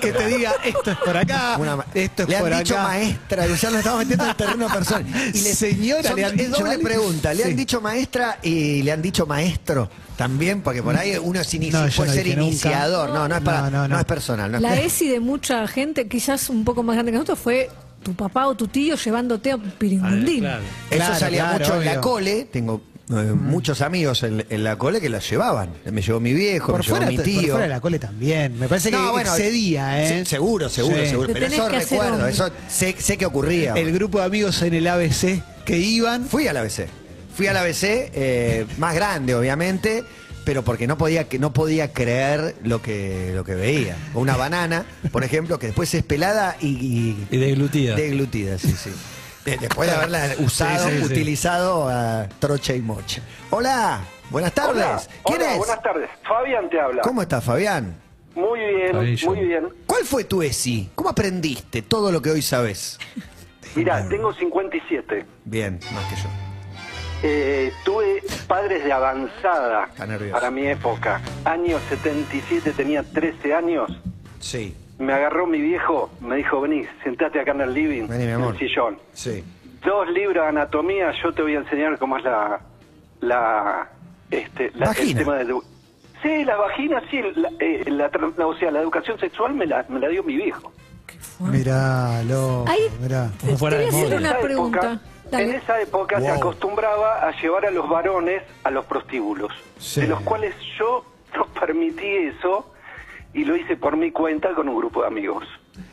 F: Que te diga, esto es por acá,
D: Una ma-
F: esto es
D: le
F: por
D: han dicho
F: acá.
D: maestra, que ya nos estamos metiendo en terreno personal.
F: Señora, le han
D: es
F: dicho
D: doble
F: algo.
D: pregunta. ¿Le
F: Sí.
D: han dicho maestra y le han dicho maestro también? Porque por ahí uno es inici-
F: No, yo
D: puede
F: no
D: ser
F: dije nunca.
D: iniciador. No, no es, para, no,
F: No, no, no.
D: es personal. No es-
G: La ESI de mucha gente, quizás un poco más grande que nosotros, fue tu papá o tu tío llevándote a un piringundín.
E: Ah, claro.
D: Eso
F: Claro,
D: salía
F: claro,
D: mucho en la
F: obvio. Mm.
D: cole. Tengo eh, muchos amigos en, en la cole que la llevaban. Me llevó mi viejo,
F: Por
D: me llevó
F: fuera,
D: mi
F: te-
D: tío.
F: por fuera de la cole también. Me parece que
D: No, bueno,
F: excedía, ¿eh?
D: se- seguro, seguro,
F: Sí.
D: seguro.
G: Te
D: Pero
G: tenés
D: eso
G: que hacer
D: recuerdo,
G: hombre.
D: eso sé, sé que ocurría.
F: El grupo de amigos en el ABC que iban.
D: Fui al ABC. Fui al ABC, eh, más grande, obviamente, pero porque no podía, que- no podía creer lo que, lo que veía. O Una banana, por ejemplo, que después es pelada y,
E: Y deglutida.
D: deglutida, sí, sí. De- después de haberla usado,
E: Sí, sí, sí.
D: utilizado a trocha y mocha. Hola, buenas tardes.
K: Hola,
D: ¿Quién
K: hola,
D: es?
K: buenas tardes. Fabián te habla.
D: ¿Cómo estás, Fabián?
K: Muy bien,
E: Fabillo.
K: muy bien.
D: ¿Cuál fue tu ESI? ¿Cómo aprendiste todo lo que hoy sabes?
K: Mirá, tengo 57.
D: Bien, más que yo.
K: Eh, tuve padres de avanzada
D: Está nervioso.
K: para mi época. Año 77, tenía 13 años.
D: Sí.
K: Me agarró mi viejo, me dijo, vení, sentate acá en el living,
D: Vení, mi amor.
K: en el sillón.
D: Sí.
K: dos libros de anatomía, yo te voy a enseñar cómo es la. la. Este, la el
D: Vagina.
K: tema de. edu- Sí, la vagina, sí. La, eh, la tra- la- o sea, la educación sexual me la, me la dio mi viejo.
F: Mirá, loco,
G: Ahí-
D: Oh,
F: mirá.
G: Como fuera Te voy de a hacer moda. una
K: esa época-
G: pregunta. Dale.
K: en esa época se
F: Wow.
K: acostumbraba a llevar a los varones a los prostíbulos,
F: Sí.
K: de los cuales yo no permití eso y lo hice por mi cuenta con un grupo de amigos.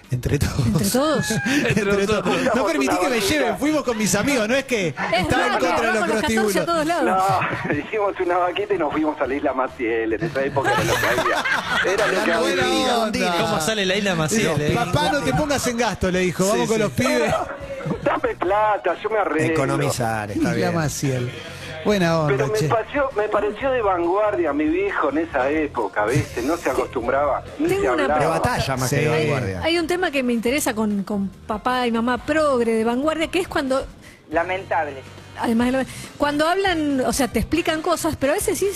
F: Entre todos.
G: Entre todos.
F: Entre todos.
K: nosotros.
F: No permití que me
K: Juntamos una
F: lleven,
K: vaquita.
F: fuimos con mis amigos, no es que estaba en
G: raro,
F: contra de los
G: vamos los 14 a
F: prostíbulos.
G: todos lados.
K: No, hicimos una vaquita y nos fuimos a la isla Maciel. En esa época era lo que había. Era lo que
F: La
K: había.
F: buena onda.
E: ¿Cómo sale la isla Maciel? eh?
F: Papá, no te pongas en gasto, le dijo. Vamos
E: Sí,
F: con
E: sí.
F: los pibes.
K: Dame plata, yo me arreglo.
D: Economizar, está
F: Isla
D: bien.
F: Maciel. Buena
K: Pero
F: onda,
K: me
F: che.
K: pareció, me pareció de vanguardia mi viejo en esa época, ¿viste? No se acostumbraba, ni
G: Tengo
K: se
G: una
K: hablaba.
D: Pero batalla más
F: Sí.
D: que de
F: Hay-
D: vanguardia.
G: Hay un tema que me interesa con, con papá y mamá progre de vanguardia, que es cuando,
J: Lamentable.
G: además de la- cuando hablan, o sea, te explican cosas, pero a veces sí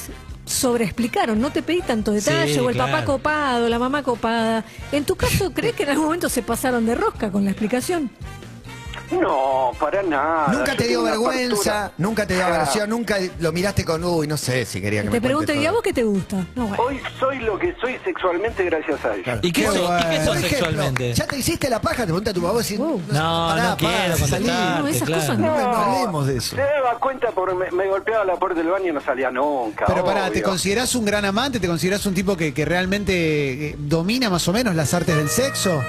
G: sobreexplicaron, no te pedí tanto detalle,
E: Sí,
G: o el papá
E: claro.
G: copado, la mamá copada. En tu caso, ¿crees que en algún momento se pasaron de rosca con la explicación?
K: No, para nada.
D: Nunca
K: Ah, Yo
D: te dio
K: tengo una
D: vergüenza,
K: apertura.
D: nunca te dio
K: Ah,
D: aversión, nunca lo miraste con, uy, no sé si quería que
G: te
D: me cuente
G: pregunto, ¿y a
D: todo".
G: vos qué te gusta? No, bueno.
K: Hoy soy lo que soy sexualmente gracias a ellos.
E: ¿Y qué
F: Muy
E: sos- y qué
F: bueno.
E: sos
D: Por ejemplo,
E: sexualmente?
D: ya te hiciste la paja, te pregunta tu papá si
G: Wow.
E: No, no quiero
D: salí.
E: contestarte,
G: No, esas
E: claro.
G: cosas
D: No,
G: no.
D: no hablemos de eso.
K: Se daba cuenta porque me, me golpeaba la puerta del baño y no salía nunca.
F: Pero pará, ¿te
K: obvio.
F: considerás un gran amante? ¿Te considerás un tipo que, que realmente eh, domina más o menos las artes del sexo?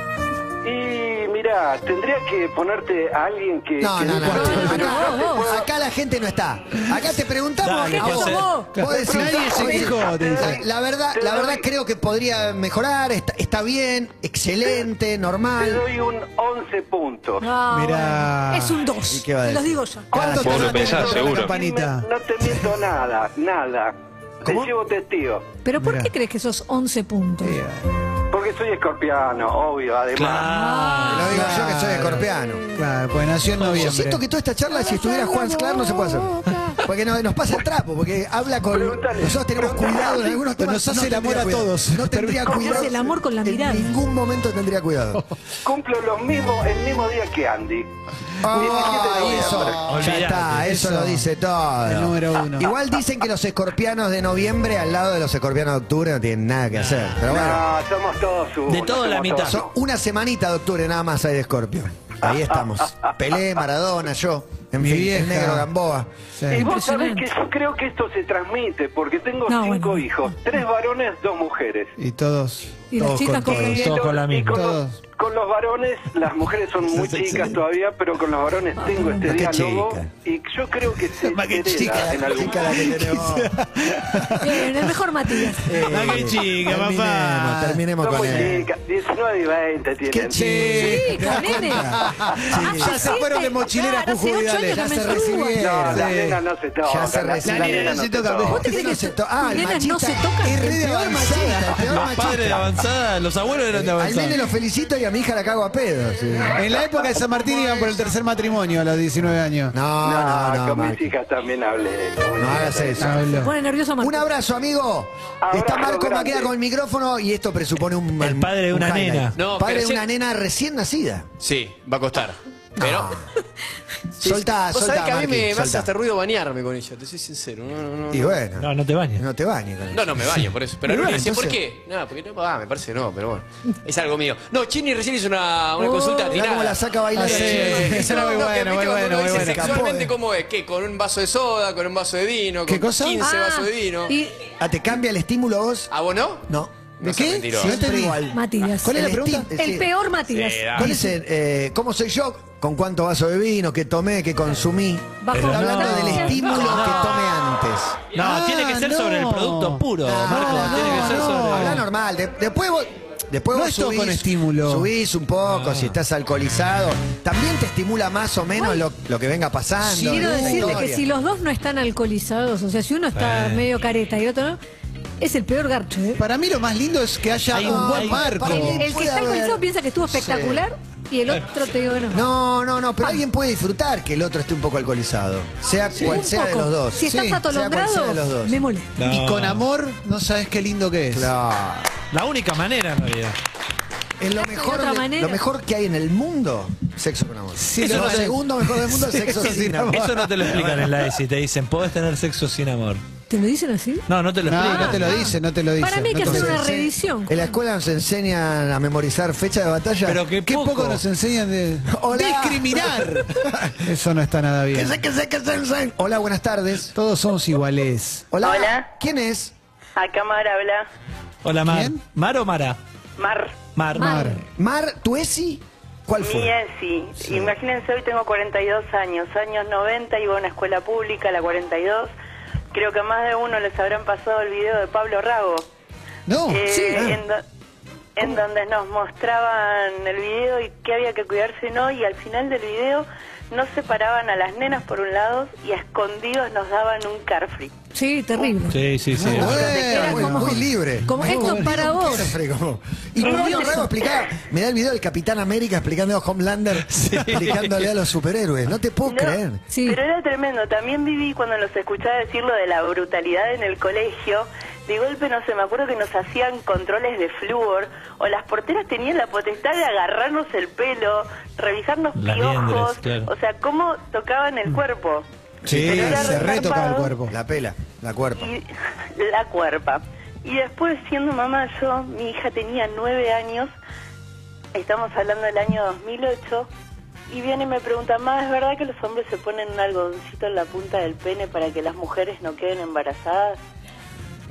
K: Y mira, tendría que ponerte a alguien que.
D: No,
K: que
D: no, no.
K: pero
G: no,
K: yo
G: no,
K: te
G: no.
K: puedo-
D: Acá la gente no está. Acá te preguntamos
E: Dale,
D: a vos.
E: José.
D: Vos decís,
F: Nadie se
D: oye,
F: quejó, te
D: La,
F: dice.
D: la verdad, la verdad creo que podría mejorar, está, está bien, excelente,
K: Te
D: normal.
K: doy un 11 puntos.
G: No, Ah,
F: Mirá.
G: bueno, Es un
D: ¿Y
G: 2.
D: qué va a
G: Te los
D: decir?
G: digo yo.
F: ¿Cuánto
D: Vos
F: te
D: lo
F: va a
D: pensás,
F: tener la
K: No te
L: seguro.
F: Campanita?
K: miento- No te miento nada, nada.
D: ¿Cómo?
K: Te llevo testigo.
G: ¿Pero por
F: Mirá.
G: qué crees que sos 11 puntos?
K: Porque soy escorpiano, obvio, además.
E: Claro.
D: Lo digo yo que soy
F: Claro.
D: escorpiano.
F: Claro, pues nació en noviembre.
D: Yo siento que toda esta charla, si estuviera Juan Sclar, no se puede hacer. Porque no- nos pasa el trapo, porque habla con.
K: Pregúntale.
D: Nosotros tenemos cuidado en algunos temas.
F: Nos hace el
D: tendría
F: amor a
D: cuidado.
F: todos.
D: No tendría
G: Nos hace
D: cuidado.
G: el amor con la mirada.
D: En ningún momento tendría cuidado.
K: Cumplo los mismos, el mismo día que Andy.
D: Ah, eso, ya
E: Olvídate,
D: está, eso,
F: eso.
D: lo dice todo. Ah,
F: El número uno.
D: Igual dicen que los escorpianos de noviembre al lado de los escorpianos de octubre no tienen nada que hacer. Pero bueno,
K: No, Ah, somos todos uno.
E: De todo la
K: somos
E: mitad.
K: todos
D: son
K: uno.
D: una semanita de octubre nada más hay de escorpio. Ahí estamos. Pelé, Maradona, yo. En
F: Mi
D: fin,
F: vieja.
D: el negro Gamboa.
K: Y
F: Sí.
K: vos sabés que yo creo que esto se transmite, porque tengo
G: No,
K: cinco
G: bueno.
K: hijos, tres varones, dos mujeres.
F: Y todos.
G: Y las
F: todos
G: chicas
F: con
G: cogen
F: todos.
E: Todos con la
K: y
E: misma.
K: Con los,
F: Todos.
K: con los varones, las mujeres son muy chicas todavía, pero con los varones
F: Ah,
K: tengo este
D: Más que
K: diálogo.
D: chica.
K: Y yo creo que se
F: Más que
K: hereda
F: chica,
K: en algún
D: Chica la que tenemos.
G: Bien, el mejor Matías.
D: Eh,
F: Ah, qué chica,
D: terminemos,
F: papá.
D: Terminemos
K: Son
D: con
K: muy
D: él.
K: chicas, 19 y 20
D: Qué
K: tienen.
G: Chicas,
D: chica.
G: nene.
F: Ya se fueron de mochilera
G: Ah, Claro,
F: a
G: hace
F: Jujuy,
G: ocho
F: dale.
G: años
D: Ya
G: que
D: se
G: me subo.
D: recibieron.
K: No, las
D: Sí.
K: nenas no se tocan.
D: Ya se
K: las
D: reciben.
K: nenas
F: Las nenas
K: no
F: no se
K: se
F: tocan.
K: tocan.
G: ¿Vos te crees
D: No
G: que
D: se
G: se-
D: to- Ah, el
G: nenas no
D: machista
G: se tocan?
D: Es
G: El
D: re de
G: peor
D: avanzada, el peor
E: Los padres de
D: machista.
E: avanzada, los abuelos eran de
D: Al nene
E: avanzada.
D: lo felicito y a mi hija la cago a pedo. sí.
F: En la época de San Martín iban por el tercer matrimonio a los 19 años.
D: No, no, Ah, no,
K: con
D: Marco.
K: mis hijas también hablé.
D: No hagas eso.
G: Me
F: Habló.
G: pone nervioso Marco.
D: Un abrazo, amigo.
K: Abrazo
D: Está Marco
K: grande.
D: Maqueda con el micrófono y esto presupone un.
E: El padre de
D: un
E: una
D: highlight.
E: nena.
L: No,
D: padre
L: pero
D: de
L: sí-
D: una nena recién nacida.
L: Sí, va a costar. Pero.
D: Soltá,
L: Vos
D: soltá.
L: sabés que a mí
D: Marqui,
L: me, me hace
D: soltá.
L: hasta ruido bañarme con ella, te soy sincero. No, no, no.
D: Y bueno,
E: No, no te bañes.
D: no te bañes con
L: No,
D: eso.
L: no me baño por eso. Pero
D: Y
L: no
D: bueno,
L: dice, ¿por
D: entonces-
L: qué? No, porque no, ah, me parece no, pero bueno. Es algo mío. No, Chini recién hizo una, una
G: Oh,
L: consulta
D: Mirá
L: atinada.
D: cómo la saca a bailar.
F: Ah,
D: a
F: sí,
D: Chile.
F: eso era muy
L: que,
F: bueno,
L: ¿viste?
F: muy
L: Cuando
F: bueno,
L: uno
F: muy
L: dice
F: bueno.
L: sexualmente,
D: Capó,
L: ¿cómo es? ¿Qué? ¿Con un vaso de soda? ¿Con un vaso de vino?
F: ¿Qué
L: con
F: cosa?
L: 15
G: Ah,
L: vasos de vino.
G: y-
D: Ah, ¿Te cambia el estímulo a vos?
L: ¿A vos no?
D: No.
L: Ah, No seas mentiroso.
D: Siempre
F: Siempre
D: igual.
G: Matías.
F: ¿Cuál es la
D: El
F: pregunta?
D: esti-
G: El
D: sí. ah.
G: peor Matías.
L: Sí, da.
E: Ah.
D: ¿Cuál es el, eh, ¿Cómo soy yo? ¿Con cuánto vaso de vino? ¿Qué tomé? ¿Qué consumí?
G: Bajo
D: Está
G: la
D: hablando del
G: sustancia.
D: estímulo que
G: No.
D: tomé antes.
E: No,
F: Ah,
E: tiene que ser sobre el
F: no.
E: producto puro, Marco.
D: no,
E: tiene que ser
D: no.
E: sobre.
D: Habla normal. De- después vos, después
F: No
D: vos
F: es todo
D: subís,
F: con estímulo.
D: subís un poco, si estás alcoholizado. También te estimula más o menos lo, lo que venga pasando.
F: Sí,
G: Quiero
D: ¿no?
G: decirte
D: Historia.
G: que si los dos no están alcoholizados, o sea, si uno está medio careta y el otro no, es el peor garcho, ¿eh?
F: Para mí lo más lindo es que haya
E: Hay
F: un
E: un-
F: buen
E: hay-
F: marco.
D: Para-
G: El, el que
D: Puede
G: está alcoholizado
D: haber.
G: piensa que estuvo espectacular y el otro te digo que no.
D: No, no, no, pero
G: Ah.
D: alguien puede disfrutar que el otro esté un poco alcoholizado. Sea cual
G: Un
D: sea de
G: poco.
D: los dos.
G: Si
D: Sí,
G: estás
D: sea cual sea de los
G: atolondrado,
D: dos.
G: me molesta.
E: No.
F: Y con amor, no sabes qué lindo que es.
D: Claro.
E: La única manera en realidad.
D: Es lo
G: Acto de
D: mejor,
G: otra
D: de-
G: manera.
D: lo mejor que hay en el mundo, sexo con amor.
F: eso
D: lo
F: no-
D: segundo mejor del mundo, sexo
F: Sexo
D: sin
F: sin
D: amor.
E: Eso no te lo explican en la ESI, te dicen, podés tener sexo sin amor.
G: ¿Te lo dicen así?
E: No, no te lo
F: No,
E: explican.
F: no te lo dice, no te lo dice.
G: Para mí hay que hacer una revisión.
D: En la escuela nos enseñan a memorizar fecha de batalla.
E: Pero qué
F: Qué poco
E: poco.
F: nos enseñan de
D: Hola.
F: discriminar. Eso no está nada
D: Que
F: bien.
D: sé, que sé, que sé, que sé. Hola, buenas tardes.
F: Todos somos iguales.
D: Hola.
J: Hola.
D: ¿Quién es?
J: Acá Mar habla.
E: Hola, Mar.
F: ¿Quién?
E: ¿Mar o Mara?
J: Mar.
E: Mar.
F: Mar.
D: Mar Tuesi. ¿Cuál fue?
J: Mía, sí. Imagínense, hoy tengo 42 años, años 90, iba a una escuela pública, la 42. Creo que más de uno les habrán pasado el video de Pablo Rago,
D: Oh,
F: No,
J: eh,
F: sí. ah.
J: en, do- en donde nos mostraban el video y qué había que cuidarse y no, y al final del video no separaban a las nenas por un lado y a escondidos nos daban un carfree.
G: Sí, terrible.
E: Sí, sí, sí.
D: Muy
G: Te queda
D: bueno,
G: como-
D: muy libre.
G: como
D: Muy
G: esto es
D: libre.
G: para vos.
D: Siempre como- Y
J: Muy
D: Pablo
J: libre.
D: Rago explicaba, me da el video del Capitán América explicando a Homelander, explicándole a los superhéroes. No te puedo
J: No,
D: creer.
G: Sí.
J: Pero era tremendo. También viví cuando los escuchaba decir lo de la brutalidad en el colegio. De golpe, no sé, me acuerdo que nos hacían controles de flúor o las porteras tenían la potestad de agarrarnos el pelo, revisarnos
E: Las
J: piojos.
E: liendres, claro.
J: O sea, cómo tocaban el cuerpo.
F: Sí,
J: Pero era
F: se retoca el
J: resarpado
F: cuerpo.
D: La pela, la cuerpa.
J: y la cuerpa. Y después, siendo mamá yo, mi hija tenía nueve años, estamos hablando del año 2008, y viene y me pregunta, mamá, ¿es verdad que los hombres se ponen un algodoncito en la punta del pene para que las mujeres no queden embarazadas?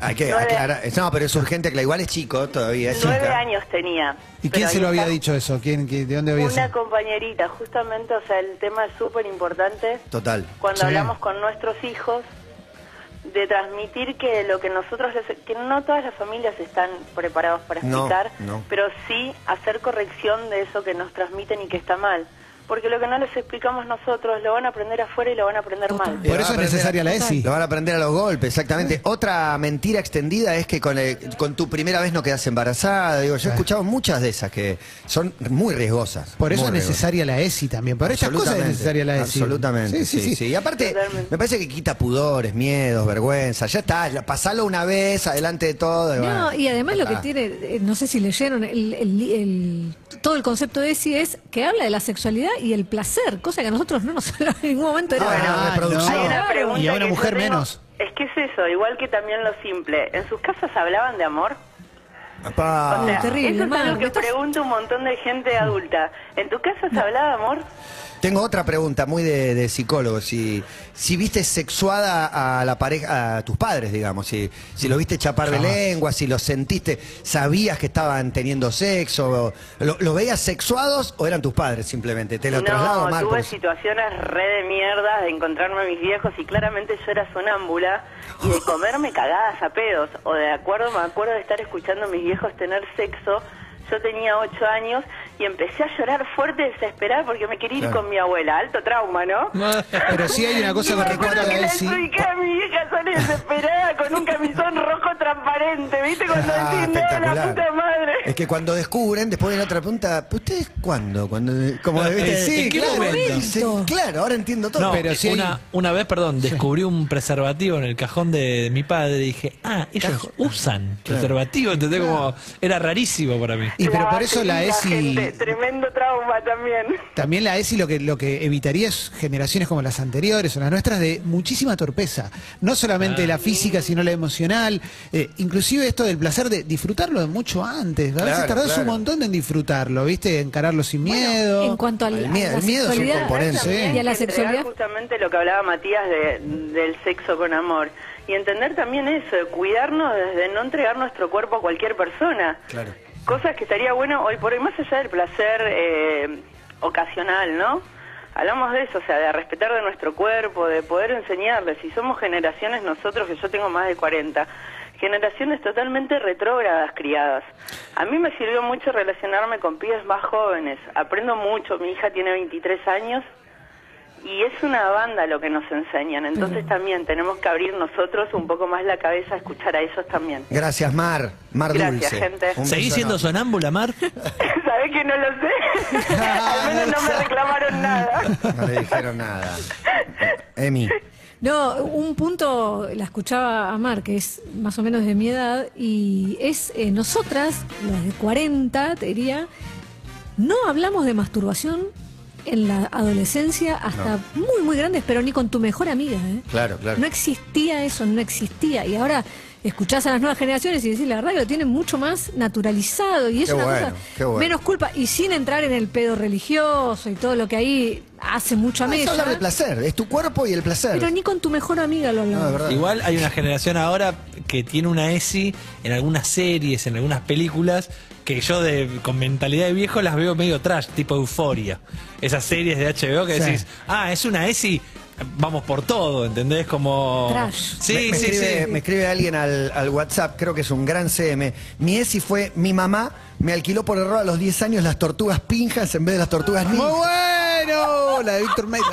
D: Hay que
J: Nueve-
D: aclarar. No, pero es urgente, que la igual es chico todavía. Es
J: Nueve
D: chica.
J: años tenía.
F: ¿Y
J: Pero
F: quién se
J: ahí
F: lo había
J: está.
F: dicho eso? ¿Quién, quién- de dónde había
J: Una
F: sido?
J: compañerita, justamente, o sea, el tema es súper importante.
D: Total.
J: cuando
F: Sí.
J: hablamos con nuestros hijos de transmitir que lo que nosotros les- que no todas las familias están preparados para
D: No,
J: explicar,
D: no.
J: pero sí hacer corrección de eso que nos transmiten y que está mal, porque lo que no les explicamos nosotros lo van a aprender afuera y lo van a aprender mal.
D: Lo
F: Por
D: van a
F: eso es
D: aprender-
F: necesaria la ESI.
D: Lo van a aprender a los golpes, exactamente. Otra mentira extendida es que con, el- con tu primera vez no quedas embarazada. Digo, yo he escuchado muchas de esas que son muy riesgosas.
F: Por eso
D: muy
F: es
D: riesgosas.
F: necesaria la ESI también. Para estas cosas es
D: Absolutamente,
F: necesaria la ESI.
D: Absolutamente.
F: Sí, sí, sí.
D: Y aparte,
J: Totalmente.
D: me parece que quita pudores, miedos, vergüenza. Ya está, ya, pasalo una vez, adelante de todo. y
G: No,
D: bueno,
G: y además
D: ya
G: lo que
D: está.
G: tiene, eh, no sé si leyeron, el, el- el- todo el concepto de ESI es que habla de la sexualidad y el placer, cosa que a nosotros no nos habla en ningún momento. Era,
D: Bueno,
F: Ah,
D: reproducción.
F: no.
J: Hay una pregunta
F: Y a una
J: que yo
F: mujer
J: tengo-
F: menos.
J: Es que es eso, igual que también lo simple. ¿En sus casas hablaban de amor?
D: Papá.
F: Ah.
J: O sea,
G: terrible,
J: eso es
G: Mar,
J: algo
G: me
J: que
G: estás-
J: pregunta un montón de gente adulta. ¿En tu casa se hablaba de amor?
D: Tengo otra pregunta muy de, de psicólogo. Si, si viste sexuada a la pareja, a tus padres, digamos, si, si lo viste chapar de lengua, si lo sentiste, sabías que estaban teniendo sexo, lo, lo veías sexuados o eran tus padres simplemente. Te lo traslado
J: No,
D: mal.
J: tuve
D: porque-
J: situaciones re de mierda de encontrarme a mis viejos y claramente yo era sonámbula y de comerme cagadas a pedos. O de acuerdo, me acuerdo de estar escuchando a mis viejos tener sexo. Yo tenía ocho años y empecé a llorar fuerte, desesperada, porque me quería ir
D: Claro.
J: con mi abuela. Alto trauma, ¿no?
F: Pero sí hay una cosa
J: Y
F: que
J: me
F: recuerda
J: acuerdo
F: la
J: que la
F: ESI.
J: expliqué a mi hija sola y desesperada con un camisón rojo transparente, ¿viste? Cuando
D: Ah,
J: decís, no, la
D: espectacular.
J: puta madre.
D: Es que cuando descubren, después viene otra pregunta, ¿ustedes cuándo? Cuando, como
E: Ah,
D: ¿viste?
E: eh, sí, ¿en qué momento?
D: Sí, claro, ahora entiendo todo.
E: No,
F: pero sí hay-
E: una, una vez, perdón, descubrí un preservativo en el cajón de, de mi padre y dije, ah, ellos usan preservativo, ¿entendés? Como, era rarísimo para mí.
F: Y pero por
J: Claro,
F: eso la
D: E
J: querida
F: ESI.
J: gente, tremendo trauma también.
F: También la ESI lo que, lo que evitaría es generaciones como las anteriores o las nuestras de muchísima torpeza. No
G: Ah.
F: solamente la física, sino la emocional. Eh, inclusive esto del placer de disfrutarlo de mucho antes. A veces
D: Claro,
F: tardás
D: claro.
F: un montón en disfrutarlo, ¿viste? Encararlo sin miedo.
G: En cuanto al,
D: Al
G: a
D: miedo,
G: la
D: el miedo es un
G: sexualidad
D: componente.
G: y a la sexualidad,
J: justamente lo que hablaba Matías de- del sexo con amor. Y entender también eso, de cuidarnos desde no entregar nuestro cuerpo a cualquier persona.
D: Claro.
J: Cosas que estaría bueno hoy por hoy, más allá del placer eh, ocasional, ¿no? Hablamos de eso, o sea, de respetar de nuestro cuerpo, de poder enseñarles. Si somos generaciones nosotros, que yo tengo más de 40, generaciones totalmente retrógradas criadas. A mí me sirvió mucho relacionarme con pibes más jóvenes. Aprendo mucho, mi hija tiene 23 años y es una banda lo que nos enseñan. Entonces también tenemos que abrir nosotros un poco más la cabeza a escuchar a ellos también.
D: Gracias, Mar. Mar
J: Gracias,
D: Dulce.
J: gente.
D: Un
E: ¿Seguís
D: beso
E: siendo
D: enorme.
E: sonámbula, Mar?
J: ¿Sabés que no lo sé? Al menos no me reclamaron nada.
D: No le dijeron nada. Emi.
G: No, un punto la escuchaba Amar, que es más o menos de mi edad, y es eh, nosotras, las de 40, te diría, no hablamos de masturbación en la adolescencia hasta muy, muy grandes, pero ni con tu mejor amiga. ¿eh?
D: Claro, claro.
G: No existía eso, no existía. Y ahora escuchás a las nuevas generaciones y decís, la verdad que lo tienen mucho más naturalizado y es
D: Qué
G: una
D: bueno,
G: cosa
D: qué bueno.
G: menos culpa. Y sin entrar en el pedo religioso y todo lo que ahí hace mucha
D: Ah, es
G: mella.
D: hablar de placer, es tu cuerpo y el placer.
G: Pero ni con tu mejor amiga lo hablamos.
E: Igual hay una generación ahora que tiene una ESI en algunas series, en algunas películas, que yo de, con mentalidad de viejo las veo medio trash, tipo euforia. Esas series de HBO que
D: Sí.
E: decís, ah, es una ESI, vamos por todo, ¿entendés? Como...
D: Trash.
E: Sí,
D: me, me
E: sí,
D: escribe,
E: sí.
D: me escribe alguien al, al WhatsApp, creo que es un gran CM. Mi ESI fue mi mamá, me alquiló por error a los 10 años las tortugas pinjas en vez de las tortugas ninja.
F: ¡Muy bueno! La de Víctor Meta.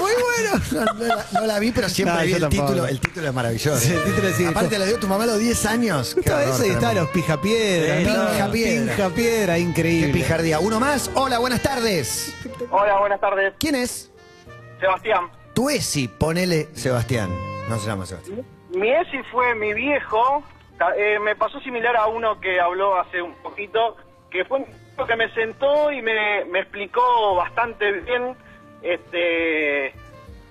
D: Muy bueno. No, no la, no la vi, pero siempre
F: No,
D: vi
F: yo
D: el
F: tampoco.
D: título. El título es maravilloso.
F: Sí, el título sí.
D: Aparte, la dio tu mamá a los 10 años. Qué
F: Estaba
D: horror,
F: eso y estaba
D: tremendo.
F: los pijapiedras.
D: Sí,
F: ¿no?
D: Pijapiedra.
F: Pijapiedra, increíble.
D: Qué pijardía. Uno más. Hola, buenas tardes.
M: Hola, buenas tardes.
D: ¿Quién es?
M: Sebastián.
D: Tu ESI, ponele Sebastián. No se llama Sebastián.
M: Mi ESI fue mi viejo. Ca- eh, me pasó similar a uno que habló hace un poquito, que fue un tipo que me sentó y me, me explicó bastante bien este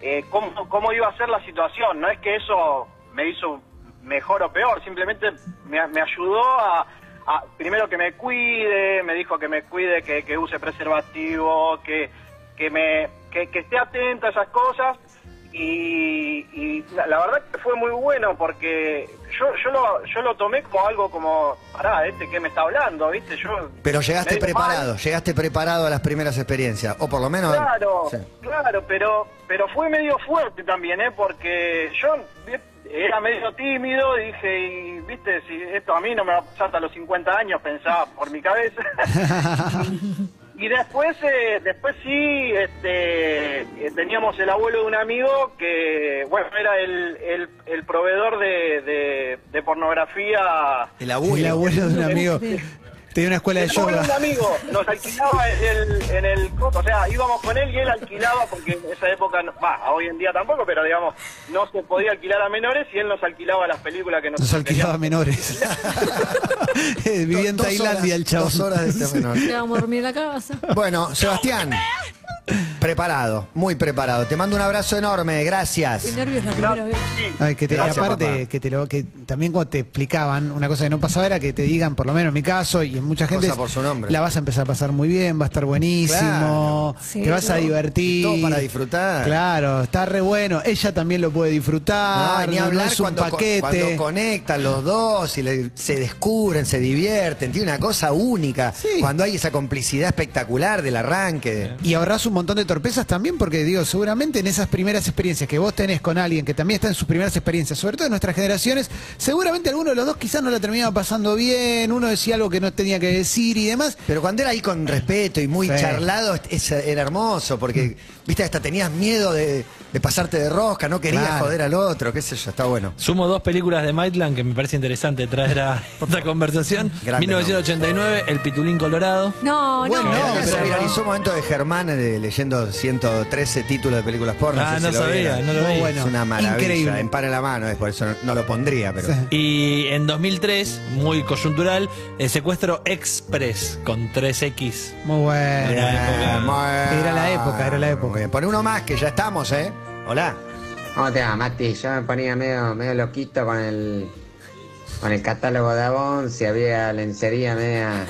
M: eh, cómo, cómo iba a ser la situación. No es que eso me hizo mejor o peor, simplemente me, me ayudó a, a- primero que me cuide, me dijo que me cuide, que, que use preservativo, que, que me que- que esté atenta a esas cosas y, y la, la verdad que fue muy bueno porque yo yo lo, yo lo tomé como algo como, pará, este que me está hablando, ¿viste? Yo
D: Pero llegaste
M: me dijo,
D: preparado, llegaste preparado a las primeras experiencias. O por lo menos.
M: Claro,
D: Sí.
M: claro, pero pero fue medio fuerte también, ¿eh? Porque yo era medio tímido y dije, y, viste, si esto a mí no me va a pasar hasta los 50 años, pensaba por mi cabeza. y después eh, después sí, este eh, teníamos el abuelo de un amigo que, bueno, era el, el, el proveedor de, de, de pornografía.
D: El abuelo.
F: El abuelo de un amigo.
M: Sí.
F: Tenía una escuela de
M: Yo
F: yoga.
M: era un amigo, nos alquilaba en el, en el- O sea, íbamos con él y él alquilaba, porque en esa época, no- va, hoy en día tampoco, pero digamos, no se podía alquilar a menores y él nos alquilaba las películas que nos
F: Nos alquilaba a menores. Eh, Vivía en
D: Dos
F: Tailandia
D: horas-
F: el chavo.
D: Dos horas de este menor.
G: Te vamos a dormir en la casa.
D: Bueno, Sebastián, preparado, muy preparado. Te mando un abrazo enorme, gracias.
G: Qué nervios la primera vez.
F: Ay, que te, y
D: Gracias,
F: aparte,
D: papá.
F: que te lo, que también cuando te explicaban, una cosa que no pasaba era que te digan, por lo menos en mi caso, y en mucha gente,
D: Cosa por su nombre.
F: la vas a empezar a pasar muy bien, va a estar buenísimo,
D: Claro.
G: Sí,
F: te vas a
G: claro.
F: divertir.
D: Todo para disfrutar.
F: Claro, está re bueno, ella también lo puede disfrutar,
D: Ah, ni
F: no- no
D: hablar
F: es un
D: cuando, co-
F: paquete.
D: cuando conectan los dos y le- se descubren, se divierten, tiene una cosa única.
F: Sí.
D: Cuando hay esa complicidad espectacular del arranque.
F: Y ahorrás un montón de torpezas también, porque digo, seguramente en esas primeras experiencias que vos tenés con alguien que también está en sus primeras experiencias, sobre todo en nuestras generaciones, seguramente alguno de los dos quizás no la terminaba pasando bien, uno decía algo que no tenía que decir y demás.
D: Pero cuando era ahí con respeto y muy
F: Sí. Mm.
D: charlado, es- es- era hermoso, porque, viste, hasta tenías miedo de, de pasarte de rosca, no querías
F: Claro.
D: joder al otro, qué sé yo, está bueno.
E: Sumo dos películas de Maitland que me parece interesante traer a esta conversación.
D: Grande,
E: 1989, El Pitulín Colorado.
G: No, no,
D: Bueno,
G: no,
D: no, se
G: no.
D: viralizó un momento de Germán eh, leyendo 113 títulos de películas porno.
E: Ah,
D: sé si
E: no
D: lo
E: sabía,
D: vieron.
E: no lo
F: Muy
E: vi.
F: bueno.
D: Es una maravilla.
F: Increíble.
D: En pan en la mano, es por eso no, no lo pondría, pero.
F: Sí.
E: Y en 2003, muy coyuntural, el secuestro express con 3X.
F: Muy bueno.
E: Era la época.
D: Eh, Bueno.
F: Era la época, era la época.
D: Muy bien, pon uno más que ya estamos, ¿eh? Hola.
N: ¿Cómo te va, Mati? Yo me ponía medio, medio loquito con el, con el catálogo de Avon, si había lencería media,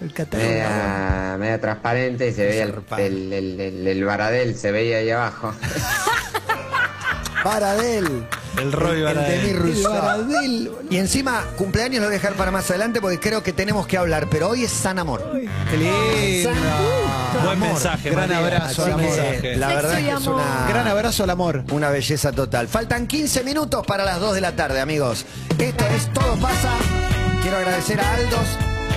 F: El catálogo.
N: media, media transparente y se veía el, el, el- el- el varadel, se veía ahí abajo.
D: Paradel.
E: El Roy
D: El de mi
E: Varadel.
D: Rousseau.
F: El Varadel, boludo.
D: Y encima, cumpleaños lo voy a dejar para más adelante porque creo que tenemos que hablar, pero hoy es San Amor.
F: Qué lindo.
E: Buen mensaje,
F: gran
E: María.
F: abrazo,
E: Buen
F: amor.
E: mensaje.
D: La
G: Sexo
D: verdad
G: y
D: que es
G: amor.
D: una
F: Gran abrazo al amor.
D: Una belleza total. Faltan 15 minutos para las 2 de la tarde, amigos. Esto es Todo pasa. Quiero agradecer a Aldos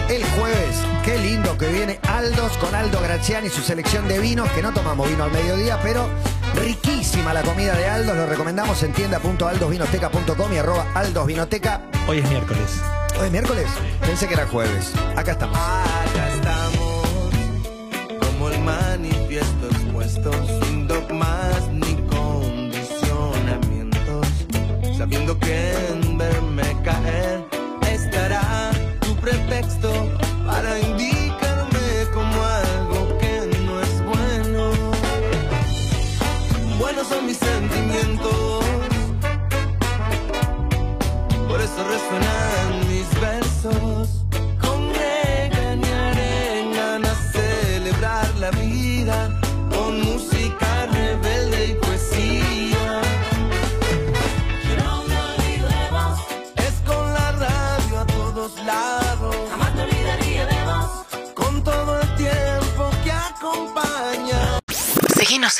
D: el jueves. Qué lindo que viene Aldos con Aldo Graziani y su selección de vinos, que no tomamos vino al mediodía, pero riquísima la comida de Aldos. Lo recomendamos en tienda.aldosvinoteca.com y arroba aldosvinoteca.
E: Hoy es miércoles.
D: Hoy es miércoles. Pensé que era jueves. Acá estamos.
O: Acá estamos, como el manifiesto expuesto, sin dogmas ni condicionamientos. sabiendo que en verme caer estará tu pretexto para indicarme como algo que no es bueno. Buenos son mis sentimientos, por eso resuenan mis versos. Congregan y arengan a celebrar la vida con música rebelde y poesía. Quiero una de vos Es con la radio a todos lados Jamás te olvidaría de vos Con todo el tiempo que acompaña
A: Seguinos